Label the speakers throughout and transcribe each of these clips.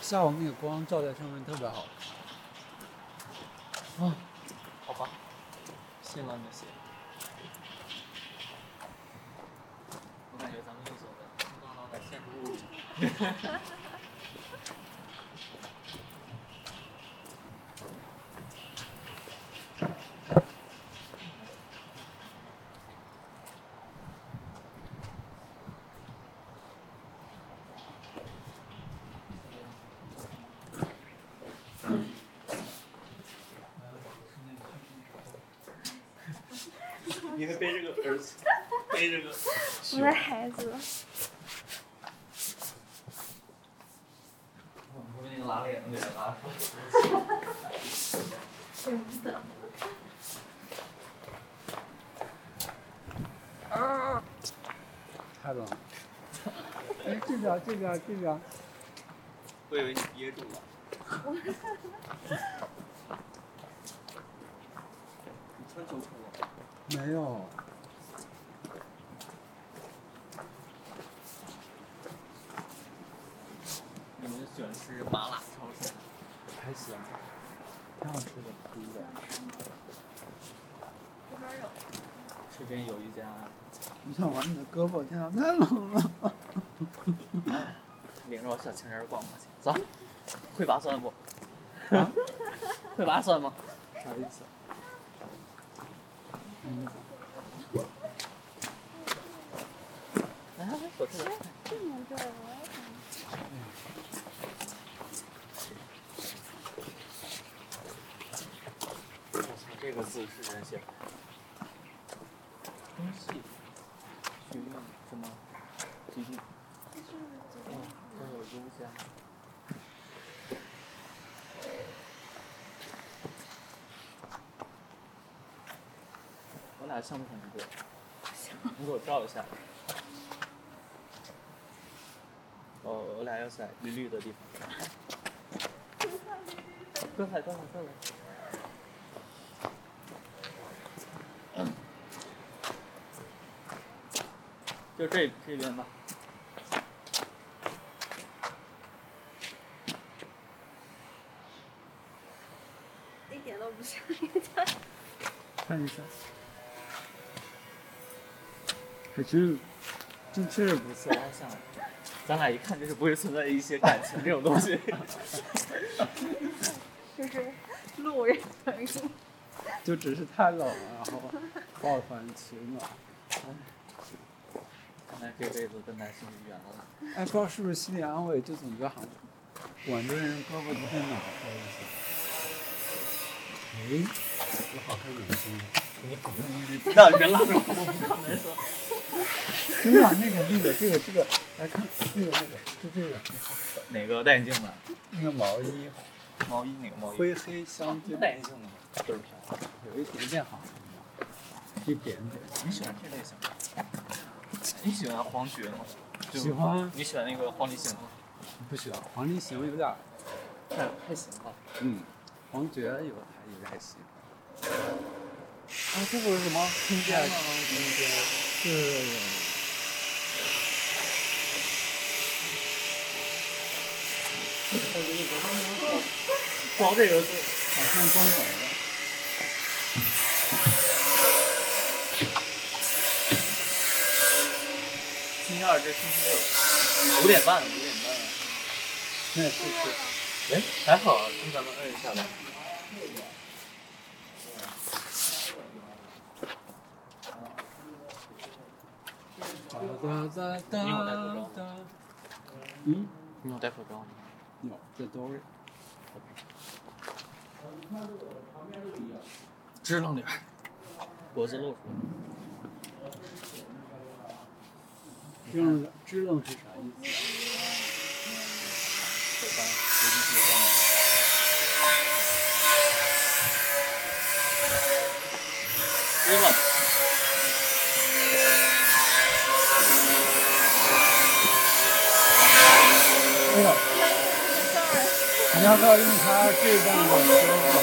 Speaker 1: 下午那个光照在上面特别好。
Speaker 2: 啊，好吧，谢了你的鞋。我感觉咱们又走了叮当啷的陷入。你还背着个儿子，背着个。
Speaker 3: 我的孩子，
Speaker 2: 我给你拉脸，给拉
Speaker 3: 舍不得。啊！
Speaker 1: 太冷了。哎，这边儿，这边儿，这边儿。
Speaker 2: 我以为你憋住了。你穿秋裤了？
Speaker 1: 没有。
Speaker 2: 你们喜欢吃麻辣超市？
Speaker 1: 还行，挺好吃的，第一个。
Speaker 3: 这边有。
Speaker 2: 这边有一家，
Speaker 1: 我想玩你的胳膊，天呐，太冷了。
Speaker 2: 领着我小情人逛逛去。走，会拔蒜不？ 会拔蒜吗？啊啥意思？啊
Speaker 1: 嗯，
Speaker 2: 哎，我这个
Speaker 3: 这么热，我也想。
Speaker 2: 我操，这个字是真写的。东西，学院什么？集训。
Speaker 3: 这是
Speaker 2: 嗯，还有优家。我俩像不像一个？你给我照一下。哦，我俩要在绿绿的地方。过来，过来，过来。就这这边吧。
Speaker 3: 一点都不像一个家。
Speaker 1: 看一下。可是，这确实不
Speaker 2: 不错，我想，咱俩一看就是不会存在一些感情这种东 西。
Speaker 3: 就是路人而已。
Speaker 1: 就只是太冷了，然后抱团取暖。
Speaker 2: 看来这辈子跟男性无缘了。
Speaker 1: 哎，不知道是不是心理安慰，就总觉得好像挽着人胳膊就会暖和一些。哎，我好看眼睛了，
Speaker 2: 那别拉着我， 不 能说。
Speaker 1: 真的那个那个这个这个，来看那个那个，就这个
Speaker 2: 哪个戴眼镜的？
Speaker 1: 那个毛衣，
Speaker 2: 毛衣哪个毛衣？
Speaker 1: 灰黑相间，
Speaker 2: 戴眼镜的，就是漂亮。
Speaker 1: 有一点点好看，一点点。
Speaker 2: 你喜欢这类型吗？你喜欢黄觉吗？就
Speaker 1: 喜欢啊
Speaker 2: 你喜欢那个黄立行吗？
Speaker 1: 不喜欢黄立行有点儿，
Speaker 2: 太太行了。
Speaker 1: 嗯，黄觉有还有点还行。啊，这个是什么？听见了空间。对对对。
Speaker 2: 光这个
Speaker 1: 好像光头了。
Speaker 2: 星期二至星期六，五点半，五点半。
Speaker 1: 那是是。
Speaker 2: 哎，还好，跟咱们摁一下吧。
Speaker 1: 哒哒哒
Speaker 2: 你
Speaker 1: 哒。嗯，
Speaker 2: 有戴口罩你有戴口罩吗？
Speaker 1: 有这都是。
Speaker 2: 支棱点儿，脖子露出来。
Speaker 1: 支棱支棱是啥意思？
Speaker 2: 支棱。
Speaker 1: 哎呀，你要不要用它这一段的时候？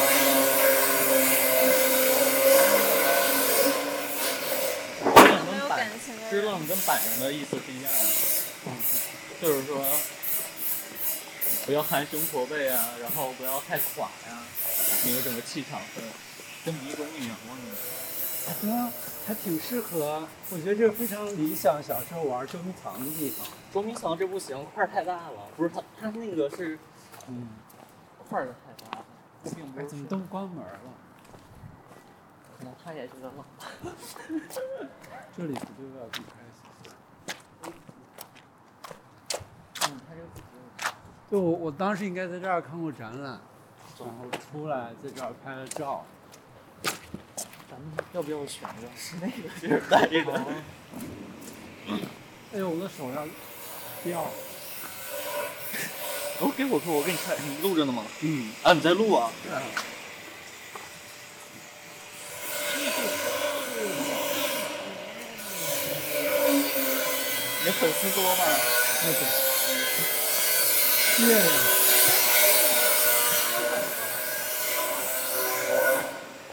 Speaker 2: 支棱
Speaker 3: 没有
Speaker 2: 跟
Speaker 3: 感
Speaker 2: 板，
Speaker 3: 情
Speaker 2: 支
Speaker 3: 的人，
Speaker 2: 棱跟板上的意思是一样的，就是说，不要含胸驼背啊，然后不要太垮呀、你的整个气场会跟迷宫一样。我跟你说
Speaker 1: 对啊，还挺适合，我觉得这是非常理想小时候玩捉迷藏的地方。
Speaker 2: 捉迷藏这不行，块儿太大了。不是它，它那个是
Speaker 1: 嗯，
Speaker 2: 块儿太大了，并不
Speaker 1: 哎，
Speaker 2: 是。
Speaker 1: 怎么都关门了？
Speaker 2: 那他也觉得冷。
Speaker 1: 这里不就要不开心？
Speaker 2: 嗯，他这个不行
Speaker 1: 就我我当时应该在这儿看过展览，然后出来在这儿拍了照。
Speaker 2: 咱们要不要选一个室内的地儿待着？
Speaker 1: 哎呦，我的手要掉了。
Speaker 2: 我给我看，我给你看，你录着呢吗？
Speaker 1: 嗯，
Speaker 2: 啊，你在录啊？
Speaker 1: 对啊。
Speaker 2: 你的粉丝多吗？
Speaker 1: 那个，谢谢。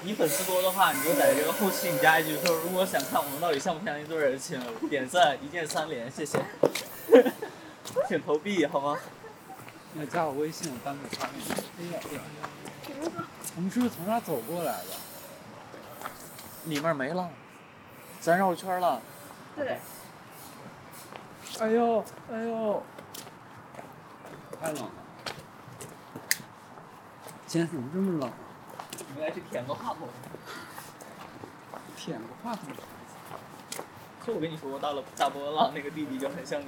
Speaker 2: 你粉丝多的话，你就在这个后期你加一句说，如果想看我们到底像不像一对儿，请点赞一键三连，谢谢。请投币好吗？
Speaker 1: 那加我微信，我单独发给你。哎呀，哎呀哎呀
Speaker 3: 什么时候
Speaker 1: 我们是不是从这儿走过来的？
Speaker 2: 里面没了，咱绕圈了。
Speaker 3: 对，
Speaker 1: 哎呦，哎呦，太冷了。今天怎么这么冷啊？
Speaker 2: 应该去舔个话筒。
Speaker 1: 舔个话筒。
Speaker 2: 可我跟你说，我到了大波浪那个弟弟就很像你。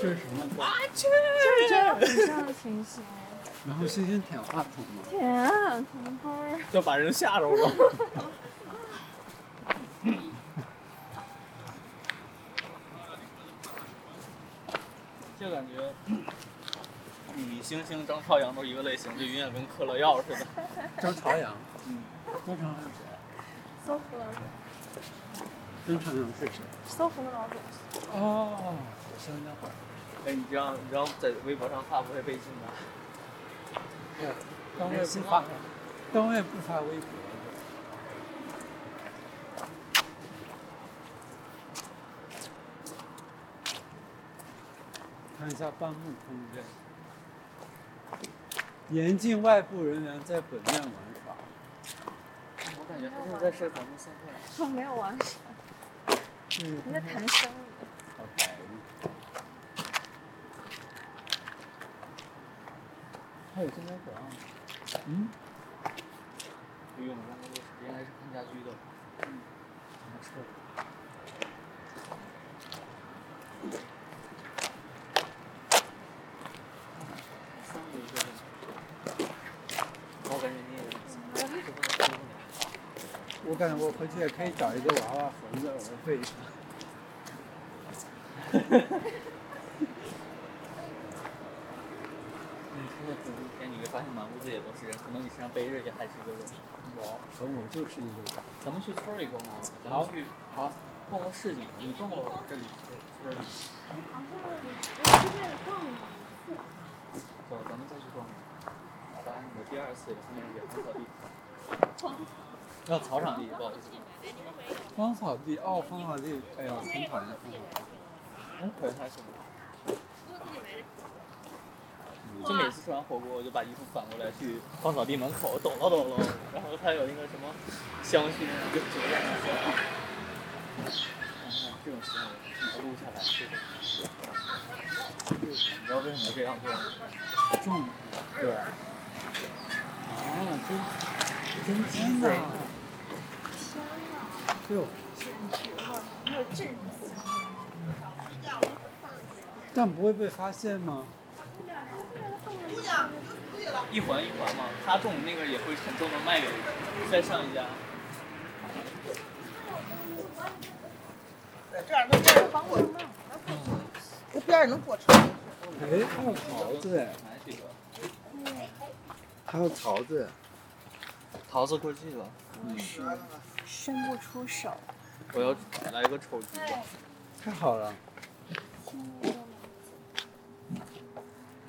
Speaker 1: 这是什么？
Speaker 3: 就是真的很像的情形。
Speaker 1: 然后星星舔话筒吗？
Speaker 3: 天啊，同花儿，
Speaker 2: 就把人吓着了。 就感 觉你李星星、张朝阳都一个类型，就永远跟嗑了药似的。
Speaker 1: 张朝阳。
Speaker 2: 嗯，
Speaker 1: 张朝阳是谁？
Speaker 3: 搜狐老总，
Speaker 1: 张朝阳是谁？
Speaker 3: 搜狐的老总，
Speaker 1: 哦，我想想会儿。
Speaker 2: 哎，你这样，你这样在微博上发不会被禁的。
Speaker 1: 单位不
Speaker 2: 新
Speaker 1: 发
Speaker 2: 浪，
Speaker 1: 单位不发微博。看一下半目空间。严禁外部人员在本院玩耍。
Speaker 2: 我感觉他就是在睡房间散步。
Speaker 3: 我没有玩耍，
Speaker 1: 嗯
Speaker 3: 你在谈生意。
Speaker 1: 好白
Speaker 2: 还有健身房，
Speaker 1: 嗯，
Speaker 2: 游泳装都是原来是看家居的。嗯，什么车？三个一个人，我感觉你也是这不能说你
Speaker 1: 我感觉我回去也可以找一个娃娃盒子，我对一下。
Speaker 2: 你出了紫路天，你会发现满屋子也都是人，可能你身上背着也还是一个人。
Speaker 1: 我和我就是一个娃。
Speaker 2: 咱们去村儿里逛逛吧，咱
Speaker 1: 好
Speaker 2: 们去
Speaker 1: 好，
Speaker 2: 逛逛市井，你逛过这里村儿里，
Speaker 3: 好像我去那里逛了一次，
Speaker 2: 走，咱们再去逛逛。好吧，你的第二次也是那个野荒草地，要草场地，不好意思。
Speaker 1: 荒草地，哦，荒草地，哎呀，我挺讨厌荒草地。
Speaker 2: 嗯，可以还行。
Speaker 1: 嗯
Speaker 2: 就每次吃完火锅，我就把衣服反过来去荒草地门口抖了抖了，然后它有那个什么香薰，啊就觉得很香。看看这种行为，我录下来，这个。你知道为什么这样做吗？
Speaker 1: 重
Speaker 2: 对，
Speaker 1: 啊，真真真的，
Speaker 3: 天哪，
Speaker 1: 对，
Speaker 3: 没有震惊。
Speaker 1: 但不会被发现吗？
Speaker 2: 一环一环嘛，他种那个也会很重的卖给再上一家。
Speaker 4: 在这儿那边儿
Speaker 3: 帮我弄，
Speaker 4: 那边儿能过车。
Speaker 1: 哎，还有桃子哎，
Speaker 2: 买几个？
Speaker 1: 还有桃子，
Speaker 2: 桃子过季了，
Speaker 3: 我是伸不出手，
Speaker 2: 我要来一个丑橘吧，
Speaker 1: 太好了。
Speaker 3: 听你的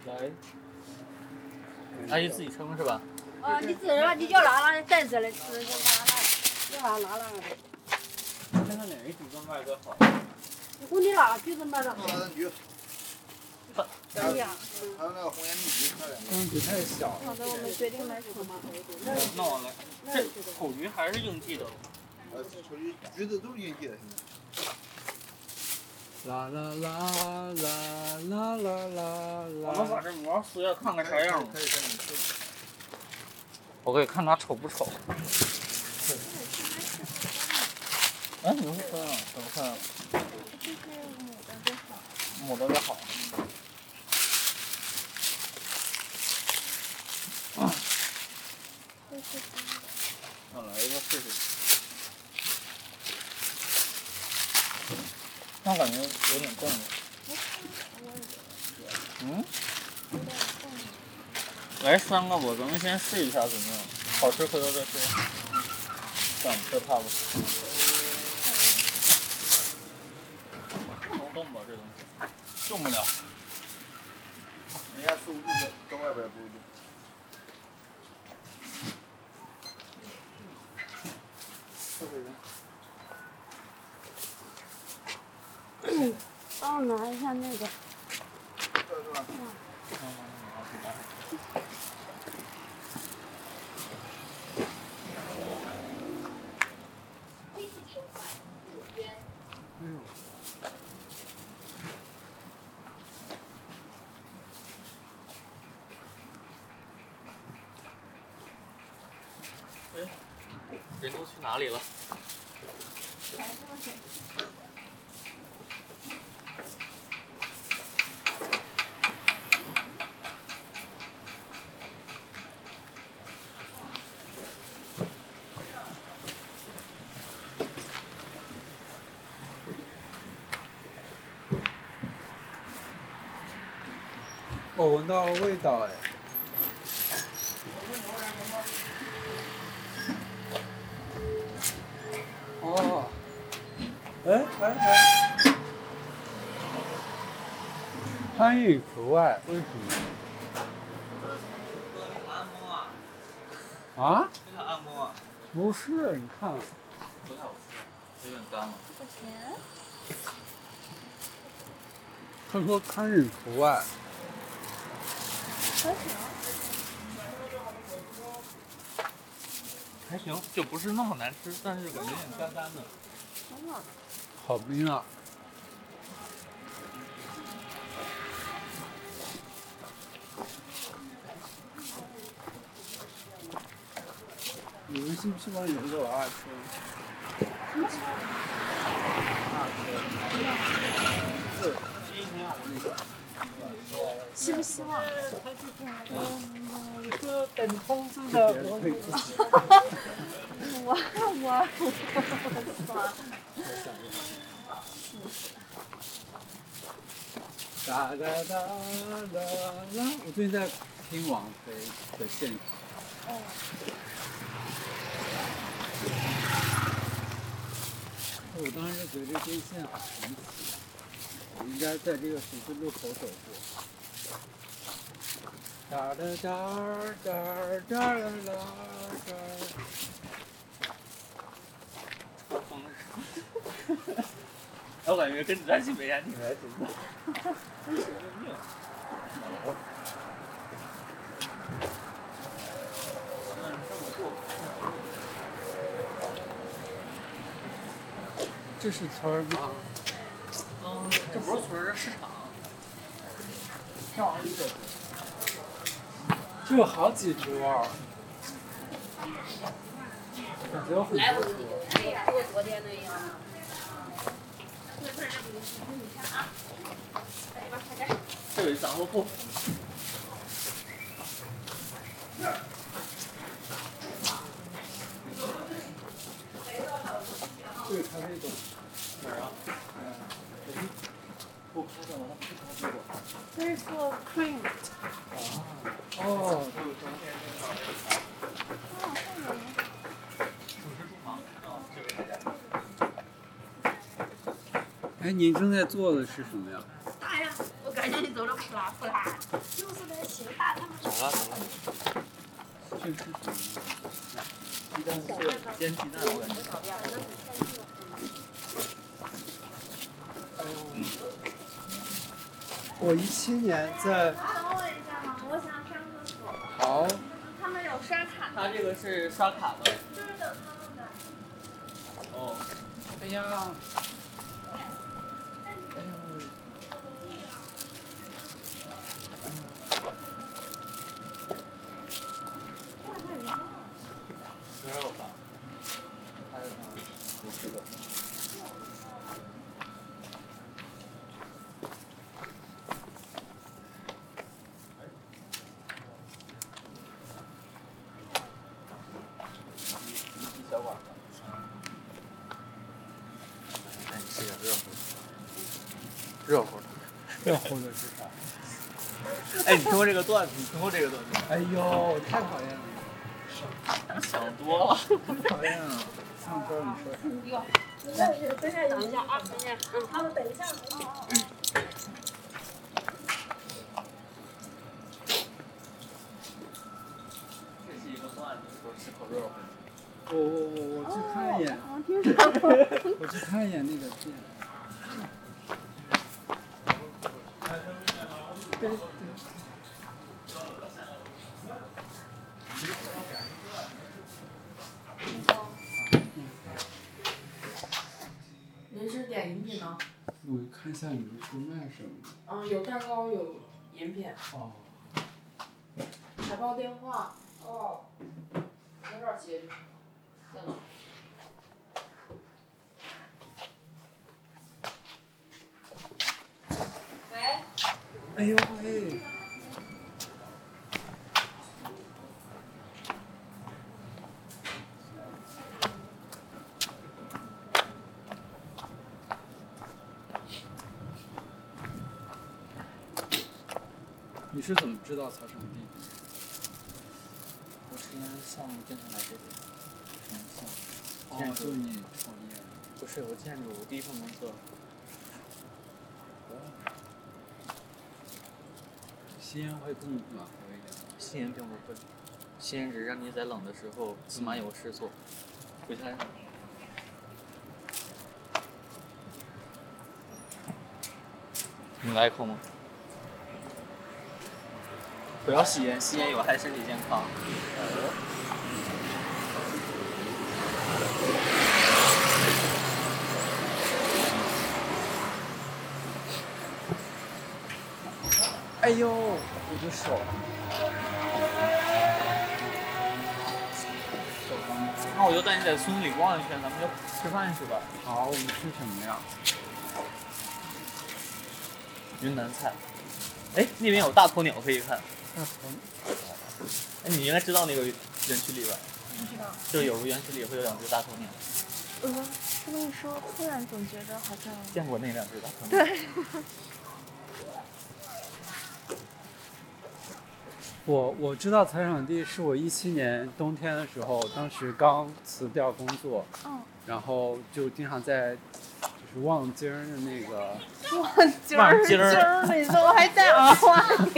Speaker 2: 来。阿姨自己称是吧？
Speaker 5: 啊，你自己让你要拿拿袋子来吃，要拿拿，要拿拿拿。
Speaker 2: 看看哪个主动卖的好。
Speaker 5: 红的拉拉橘子卖的好，
Speaker 6: 花生橘，
Speaker 5: 对呀。
Speaker 6: 还有那个红颜蜜橘，那两个。
Speaker 1: 公主太小了，
Speaker 5: 好的，我们决定买什么。
Speaker 2: 那我来，这口鱼还是应季的，
Speaker 6: 呃，手机橘子都是应季的，现在。
Speaker 1: 啦啦啦啦啦啦啦
Speaker 2: 我们把
Speaker 1: 啦。
Speaker 2: 这膜撕下看看啥样吧。
Speaker 6: 可以跟你说。
Speaker 2: 我可以看它丑不丑。哎，你们会分啊？怎么分啊？母的最好。母的最好。我来一个试试。但感觉有点重了。嗯？来三个吧，咱们先试一下怎么样？好吃回头再说。算了，这怕不吃。不能动嗯吧，这东西动不了。
Speaker 6: 人家四五度的，跟外边不一样。
Speaker 5: 帮我拿一下那个。
Speaker 2: 哎人都去哪里了？
Speaker 1: 我哦闻到了味道哎，哦，哎哎哎，参与国外为什么？
Speaker 2: 按摩啊，
Speaker 1: 啊？
Speaker 2: 这个按摩啊，
Speaker 1: 不是，你看，
Speaker 2: 不太好吃，有点干了。
Speaker 1: 他说参与国外，
Speaker 2: 还行，就不是那么难吃，但是感觉有点干干的。
Speaker 1: 好冰啊！你们信不信把你们的娃娃吃了？
Speaker 4: 希不希望？我我
Speaker 1: 哒哒哒哒哒！我最近在听王菲的现场。哎我当时就觉得这现场神奇，我应该在这个十字路口走过。哒哒哒哒哒啦啦哒！
Speaker 2: 我感觉跟咱西北烟挺来挺的。
Speaker 1: 这是村儿吗？
Speaker 2: 嗯，这不是村儿，这市场。
Speaker 1: 这有好几桌儿，感觉有很多桌儿。
Speaker 2: 这有一杂货铺。
Speaker 1: 这个咖啡豆。
Speaker 2: 哪儿啊？不，我想往那吃吃过。
Speaker 1: 哦，
Speaker 2: 嗯
Speaker 1: 哎，您正在做的是什么呀？
Speaker 5: 大呀，我感觉你走的呼啦呼啦。
Speaker 3: 就是那些大他们
Speaker 2: 懂了懂了。
Speaker 1: 这是什么？
Speaker 2: 鸡蛋是煎鸡蛋，我感觉。
Speaker 1: 哎，我一七年在
Speaker 3: 等我一下嘛，我想上厕所。
Speaker 1: 好，
Speaker 3: 他们有刷卡，
Speaker 2: 他这个是刷卡的。
Speaker 3: 就是等他们的。
Speaker 2: 哦，
Speaker 1: 哎呀，
Speaker 2: 没有吧？
Speaker 1: 还有呢，没去过。
Speaker 2: 一小碗吧。
Speaker 1: 哎，你吃点热乎的，热乎的。
Speaker 2: 热乎的是啥？哎，你听过这个段子？你听过这个段子？
Speaker 1: 哎呦，太讨厌了，
Speaker 2: 想多了。
Speaker 1: 太讨厌了。上周你说
Speaker 5: 等一下啊，等一下，嗯，
Speaker 3: 他们等一下。哦
Speaker 2: 这是一个段子，说吃口热乎。
Speaker 1: 我我我我去看一眼，
Speaker 4: 我听说过。
Speaker 1: 哦我去看一眼那个店。
Speaker 7: 您是点饮品吗？
Speaker 1: 我看一下你们是卖什么的。
Speaker 7: 嗯，有蛋糕，有饮品，
Speaker 1: 哦，
Speaker 7: 海报电话。哦，有点结实。在哪？
Speaker 5: 喂，
Speaker 1: 哎呦喂、你是怎么知道草场地的？
Speaker 2: 我是因为项目经常来这边。嗯，项目
Speaker 1: 哦，就你创业。
Speaker 2: 不是我建筑，我第一份工作。
Speaker 1: 吸烟会更暖和一点。
Speaker 2: 吸烟并不会，吸烟只是让你在冷的时候起码有事做，不像你来一口吗？不要吸烟，吸烟有害身体健康。
Speaker 1: 哎呦，我的手！
Speaker 2: 那我就带你在村里逛一圈，咱们就吃饭去吧。
Speaker 1: 好，我们吃什么呀？
Speaker 2: 云南菜。哎，那边有大头鸟可以看。
Speaker 1: 大头。
Speaker 2: 哎，你应该知道那个园区里吧？就有个园区里会有两只大头鸟，
Speaker 4: 我这么一说，突然总觉得好像
Speaker 2: 见过那两只大头鸟。
Speaker 4: 对。
Speaker 1: 我我知道采场地是我一七年冬天的时候，当时刚辞掉工作，
Speaker 4: 嗯，
Speaker 1: 然后就经常在就是望京儿的那个
Speaker 4: 嗯哇，今
Speaker 2: 望
Speaker 4: 儿
Speaker 2: 京
Speaker 4: 今
Speaker 2: 儿
Speaker 4: 儿里头还带儿化呢。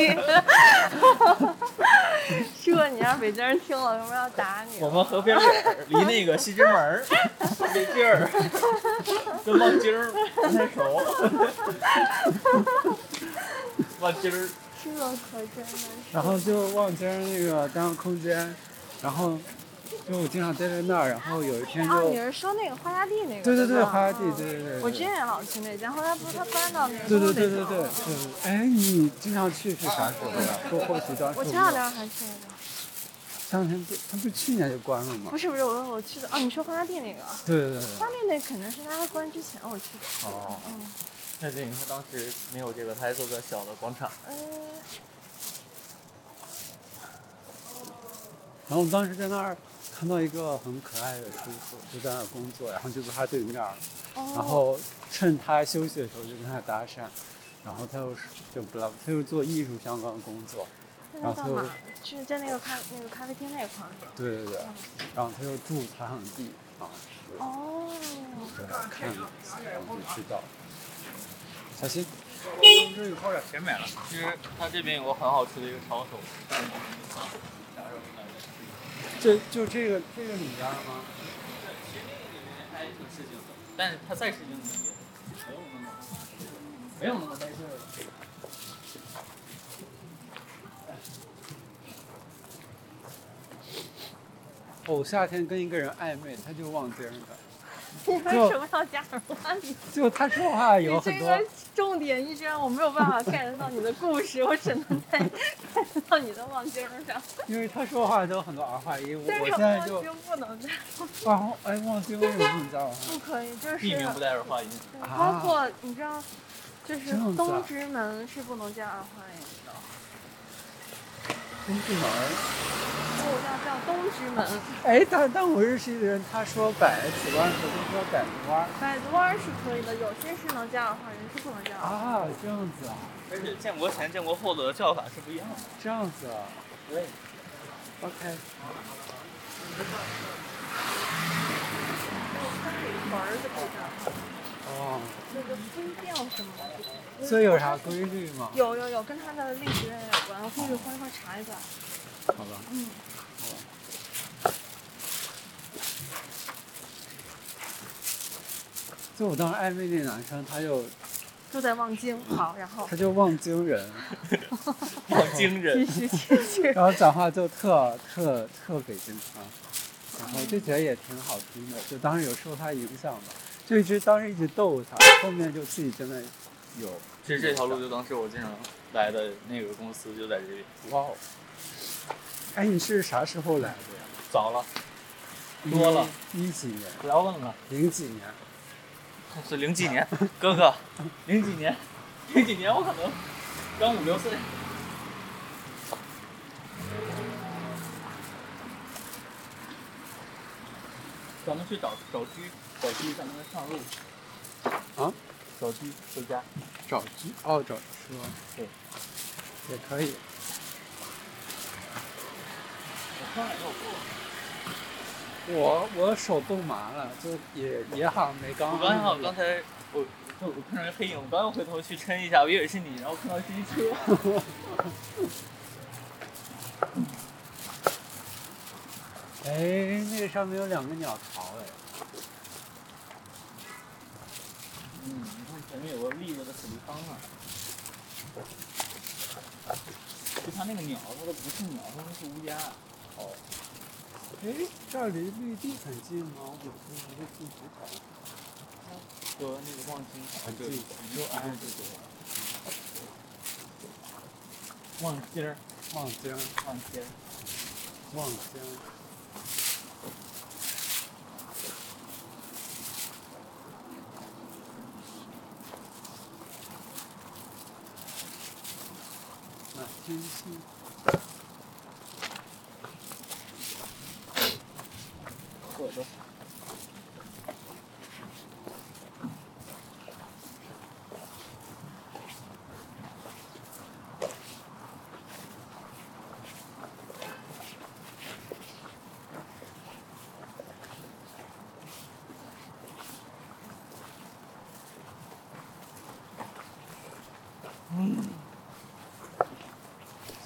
Speaker 4: 这你让北京人听了，要不要打你？
Speaker 2: 我们河边儿离那个西直门儿那地儿，跟望京儿不太熟。望京儿，
Speaker 4: 这可真的是。
Speaker 1: 然后就望京儿那个单位空间，然后就我经常待在那儿，然后有一天
Speaker 4: 啊，
Speaker 1: 就
Speaker 4: 你是说那个花家地那个？
Speaker 1: 对对对
Speaker 4: 吧
Speaker 1: 花家地
Speaker 4: 嗯
Speaker 1: 对对对对
Speaker 4: 我之前也老去那家，后来不是他搬到那个
Speaker 1: 对对
Speaker 4: 路
Speaker 1: 对
Speaker 4: 里
Speaker 1: 对对
Speaker 4: 头
Speaker 1: 对
Speaker 4: 了，
Speaker 1: 对哎，你经常去是啥时候呀？说或许当时
Speaker 4: 我前两天还去那个，
Speaker 1: 前两天不，他不是去年就关了吗
Speaker 4: 不？是不是，我我去的哦，你说花家地那个，
Speaker 1: 对对对对，
Speaker 4: 花家地那肯定是他关之前我去的，
Speaker 1: 哦，
Speaker 2: 那对，你看当时没有这个，他还做个小的广场。
Speaker 4: 呃，
Speaker 1: 然后我们当时在那儿看到一个很可爱的叔叔，就在那儿工作，然后就坐他对面儿，
Speaker 4: 哦，
Speaker 1: 然后趁他休息的时候就跟他搭讪，然后他又是就不知道，他又做艺术相关的工作，
Speaker 4: 那
Speaker 1: 然
Speaker 4: 他
Speaker 1: 后
Speaker 4: 干
Speaker 1: 就
Speaker 4: 嘛？就是在那个咖那个咖啡厅那块儿，
Speaker 1: 对对对，然后他又住采访地啊，
Speaker 4: 哦，
Speaker 1: 对看了一下然后就知道。小心，这里泡点甜美了。
Speaker 2: 其实他这边有个很好吃的一个抄手，
Speaker 1: 这就这个这个你家的吗？
Speaker 2: 还挺市井的，但是他再市井也没有那么。没有那么没劲儿了。
Speaker 1: 哦，夏天跟一个人暧昧，他就忘钉儿了。
Speaker 4: 你为什么要加入话题？
Speaker 1: 就他说话有
Speaker 4: 你
Speaker 1: 很
Speaker 4: 这
Speaker 1: 多，
Speaker 4: 个重点一直让我没有办法 get 到你的故事，我只能在 get 到你的望京上。
Speaker 1: 因为他说话都有很多儿化音。我
Speaker 4: 但
Speaker 1: 我
Speaker 4: 是
Speaker 1: 现在
Speaker 4: 望
Speaker 1: 就
Speaker 4: 京不能加，
Speaker 1: 啊，哎，忘钉为什么不能加我？
Speaker 4: 不可以，就是
Speaker 2: 避免不带儿化音，
Speaker 4: 对
Speaker 1: 啊
Speaker 4: 包括你知道，就是
Speaker 1: 这样子啊
Speaker 4: 东直门是不能加儿化音的，
Speaker 1: 东直门儿。
Speaker 4: 就要叫东直门。
Speaker 1: 哎，但但我认识一个人，他说拐紫弯河，他说拐弯儿
Speaker 4: 拐个弯儿是可以的，有些是能加儿化音，有些是不能加儿化音。
Speaker 1: 啊，这样子啊，
Speaker 2: 而且建国前、建国后的叫法是不一样的。
Speaker 1: 这样子啊
Speaker 2: 对，
Speaker 1: ，OK。
Speaker 4: 玩儿就可以加儿化音，
Speaker 1: 哦，
Speaker 4: 那个分调什么的。
Speaker 1: 所以有啥规律吗？
Speaker 4: 有有有，跟他的历史渊源有关，我可以回头查一下。
Speaker 1: 好吧。
Speaker 4: 嗯。
Speaker 1: 就我当时暧昧那男生，他就
Speaker 4: 就在望京，好，然后
Speaker 1: 他就望京人，
Speaker 2: 好惊
Speaker 4: 继
Speaker 2: 人。
Speaker 4: 续继续。
Speaker 1: 然后讲话就特特特北京腔，然后就觉得也挺好听的，就当时有受他影响吧，就一直当时一直逗他，后面就自己真的有
Speaker 2: 其实这条路就当时我经常来的那个公司就在这里，
Speaker 1: 哇哦！哎，你是啥时候来的
Speaker 2: 早了，
Speaker 1: 呀？
Speaker 2: 多了
Speaker 1: 一，一几年？
Speaker 2: 不要问了，
Speaker 1: 零几年？
Speaker 2: 是零几年，哥哥，零几年，零几年我可能刚五六岁。咱们去找找车，找车咱们上路。
Speaker 1: 啊？
Speaker 2: 找车回家。
Speaker 1: 找车哦，找车，
Speaker 2: 对，
Speaker 1: 也可以。
Speaker 2: 我突然给我过，
Speaker 1: 我我手冻麻了，就也也好像没刚。
Speaker 2: 我刚好刚才我我我看到一黑影，我刚要回头去抻一下，我以为是你，然后看到是一车。
Speaker 1: 哎，那个上面有两个鸟巢哎。
Speaker 2: 嗯，你看前面有个立着的水立方嘛。就它那个鸟，它都不是鸟，它那是乌鸦。
Speaker 1: 哎，这儿离绿地很近吗？我怎么没有地图找？
Speaker 2: 和那个望京
Speaker 1: 很近
Speaker 2: 就挨着这个。望京儿，
Speaker 1: 望京，
Speaker 2: 望京儿，
Speaker 1: 望京。满天星。
Speaker 2: 或者说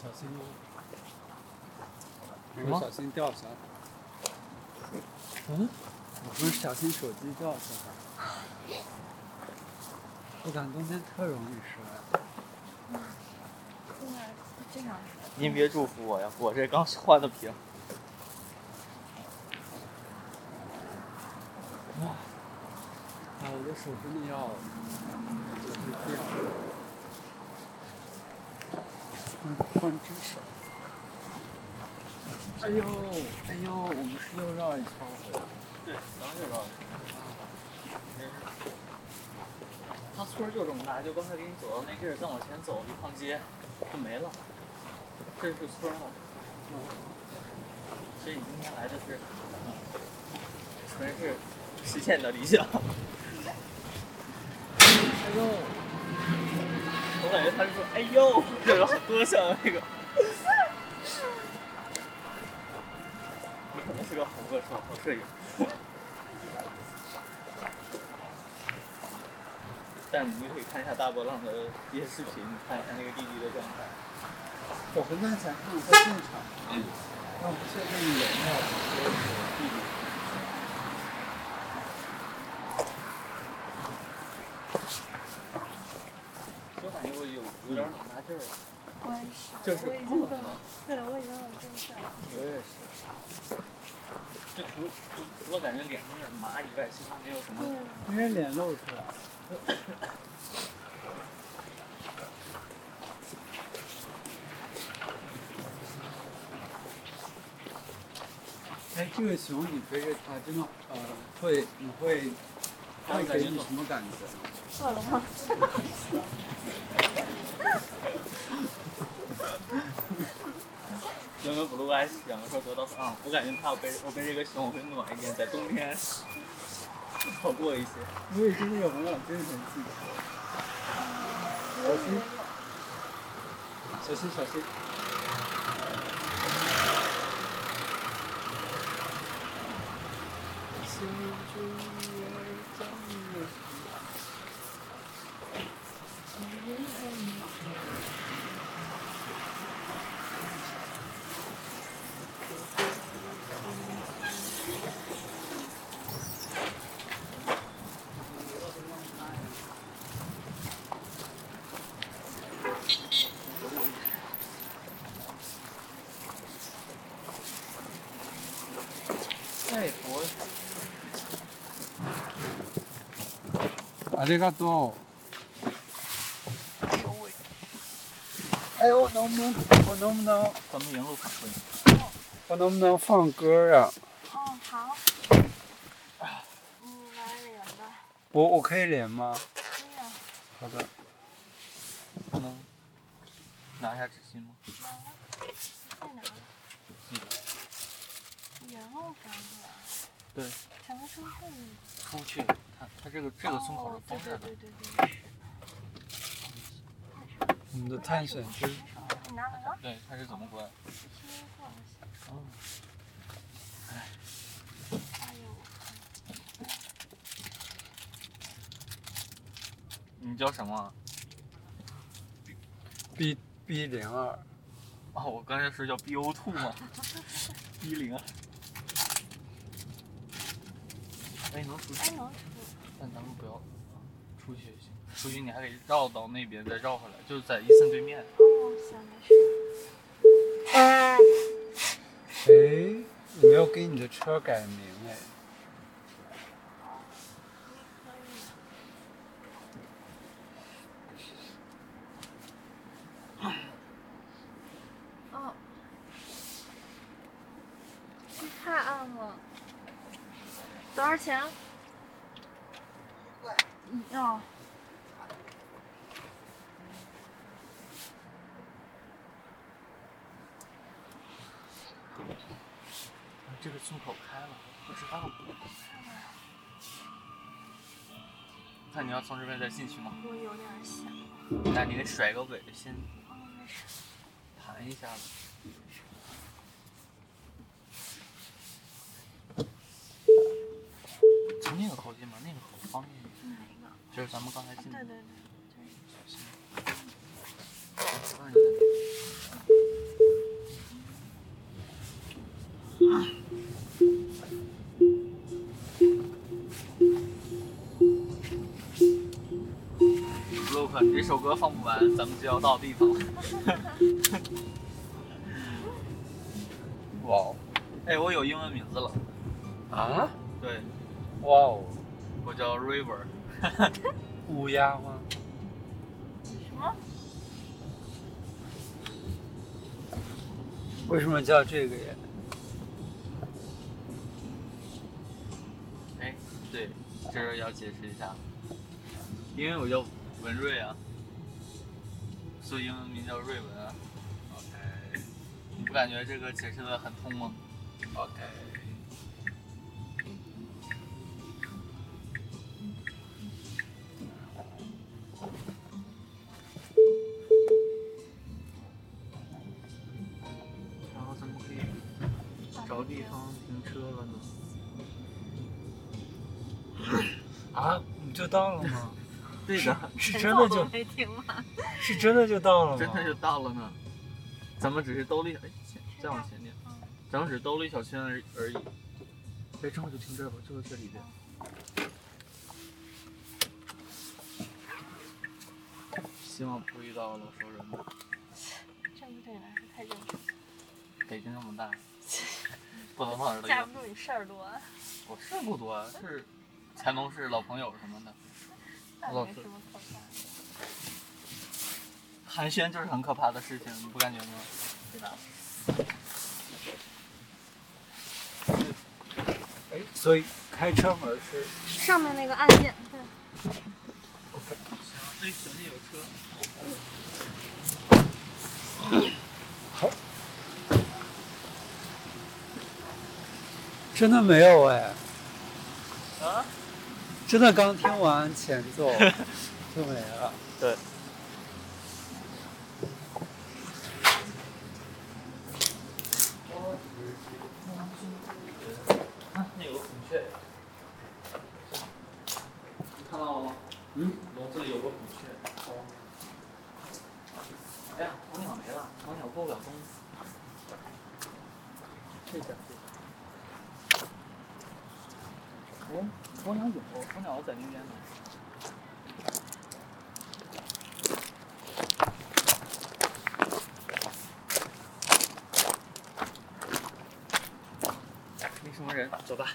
Speaker 1: 小心哦！
Speaker 2: 什么
Speaker 1: 小心掉下来。嗯？我说小心手机掉下来。我感觉冬天特容易摔。
Speaker 4: 这样，
Speaker 2: 您别祝福我呀，我这刚换的屏。
Speaker 1: 啊，我的手真的要就是掉了。
Speaker 2: 嗯
Speaker 1: 换换只手。
Speaker 2: 哎呦，哎呦，我们是又绕一圈回来。对，咱们又绕一圈。他村儿就这么大，就刚才给你走到那地儿，再往前走一趟街就没了，这是村儿了。所以你今天来的是，嗯纯是实现你的理想。哎呦，我感觉他是说哎呦，就是好多像那个。你肯定是个好歌手、好摄影。但是你可以看一下大波浪的一些视频，你看一下那个弟弟的状态。
Speaker 1: 我回家前看看现场。
Speaker 2: 那我嗯不确定有没有弟弟。有点拿这儿了，
Speaker 3: 我也是，
Speaker 2: 就是
Speaker 3: 我已经等，对，我已经等正事了。
Speaker 2: 我也是。这除除除了感觉脸有点麻以外，其他没有什么。
Speaker 3: 嗯，
Speaker 1: 因为脸露出来了。哎，这个熊你背着它真的，呃，会你会，它会给你什么感觉呢？
Speaker 4: 饿了吗？
Speaker 2: 因为 blue 还想说觉得啊，我感觉怕我背我背这个熊我会暖一点，在冬天好过一些。
Speaker 1: 我也就是有没有真神技小心，小心，小心！
Speaker 2: 泰国
Speaker 1: ありがとう。哎呦喂！哎，我能不能，我能不能，
Speaker 2: 咱们原路返回。
Speaker 1: 我能不能放歌啊？
Speaker 3: 哦，好。你来领吧。
Speaker 1: 我我可以连吗？
Speaker 3: 哎呀，
Speaker 1: 好的。
Speaker 2: 不能拿一下纸巾吗？
Speaker 3: 在哪儿？然后返回来。
Speaker 2: 对。
Speaker 3: 咱们是不是你？
Speaker 2: 出去，它它这个这个松口
Speaker 3: 哦
Speaker 2: 是，
Speaker 3: 对
Speaker 2: 封
Speaker 3: 对
Speaker 2: 着的。
Speaker 3: 对对对。
Speaker 1: 我
Speaker 4: 哦
Speaker 1: 们的探险之
Speaker 3: 你拿拿
Speaker 2: 对，它是怎么关？
Speaker 3: 轻轻晃一下。
Speaker 2: 哦
Speaker 3: 哎呦，
Speaker 2: 你叫什么啊？
Speaker 1: B B 零二，
Speaker 2: 哦，我刚才说叫 BO two 吗？一零。哎，能出
Speaker 3: 哎
Speaker 2: 去，
Speaker 3: 能出。
Speaker 2: 但咱们不要出去也行。出去你还得绕到那边再绕回来，就是在伊森对面。
Speaker 3: 哦，行，没事。
Speaker 1: 哎，我没有给你的车改名哎。
Speaker 4: 哦，这太暗了。多少钱？嗯哦，
Speaker 2: 这个松口开了，不知道。那你要从这边再进去吗？
Speaker 3: 我有点想。
Speaker 2: 那你得甩个尾，先
Speaker 3: 哦，没事。
Speaker 2: 弹一下子。从那个口进吧，那个口方便一
Speaker 3: 哪一个？
Speaker 2: 点，就是咱们刚才进
Speaker 3: 对
Speaker 2: 的。
Speaker 3: 对对。
Speaker 2: 小心。那你再Look，你这首歌放不完，咱们就要到地方了。
Speaker 1: 哇哦！
Speaker 2: 哎，我有英文名字了，
Speaker 1: 啊？
Speaker 2: 对
Speaker 1: 哇哦！
Speaker 2: 我叫 River，
Speaker 1: 乌鸦吗？
Speaker 4: 什么？
Speaker 1: 为什么叫这个呀？
Speaker 2: 哎，对，这时候要解释一下，因为我叫文瑞啊，所以英文名叫瑞文啊。OK，你不感觉这个解释的很通吗？OK，然后咱们可以找地方停车了呢。
Speaker 1: 啊，你就到了吗？
Speaker 2: 对的。
Speaker 1: 是
Speaker 4: 前
Speaker 1: 真
Speaker 4: 奏
Speaker 1: 的
Speaker 4: 都
Speaker 1: 就
Speaker 4: 没听完。
Speaker 1: 是真的就到了吗？
Speaker 2: 真的就到了呢。咱们只是兜了一小，哎，前再往前点，咱们只兜了一小圈而而已。哎，正好就停这儿吧，就是这里边。希望不遇到老熟人吧。
Speaker 4: 站不对来说太正常，
Speaker 2: 北京那么大，不能放着都一
Speaker 4: 架
Speaker 2: 样。
Speaker 4: 不住你事儿多，
Speaker 2: 我事不多，啊是乾隆是老朋友什么的。
Speaker 4: 那
Speaker 2: 老
Speaker 4: 没
Speaker 2: 师
Speaker 4: 什么可怕的。
Speaker 2: 寒暄就是很可怕的事情，你不感觉吗？对吧？
Speaker 1: 哎，所以开车门是
Speaker 4: 上面那个按键，对，
Speaker 2: 哎，小心有车。
Speaker 1: 真的没有哎，
Speaker 2: 啊？
Speaker 1: 真的刚听完前奏就没了。
Speaker 2: 对。那有个孔雀。你看到了吗？
Speaker 1: 嗯，
Speaker 2: 笼子里有个孔雀。哎呀，鸵鸟没了，鸵鸟过不了冬。这下这下。鸵哎鸵鸟有，鸵鸟在那边呢。没什么人，走吧。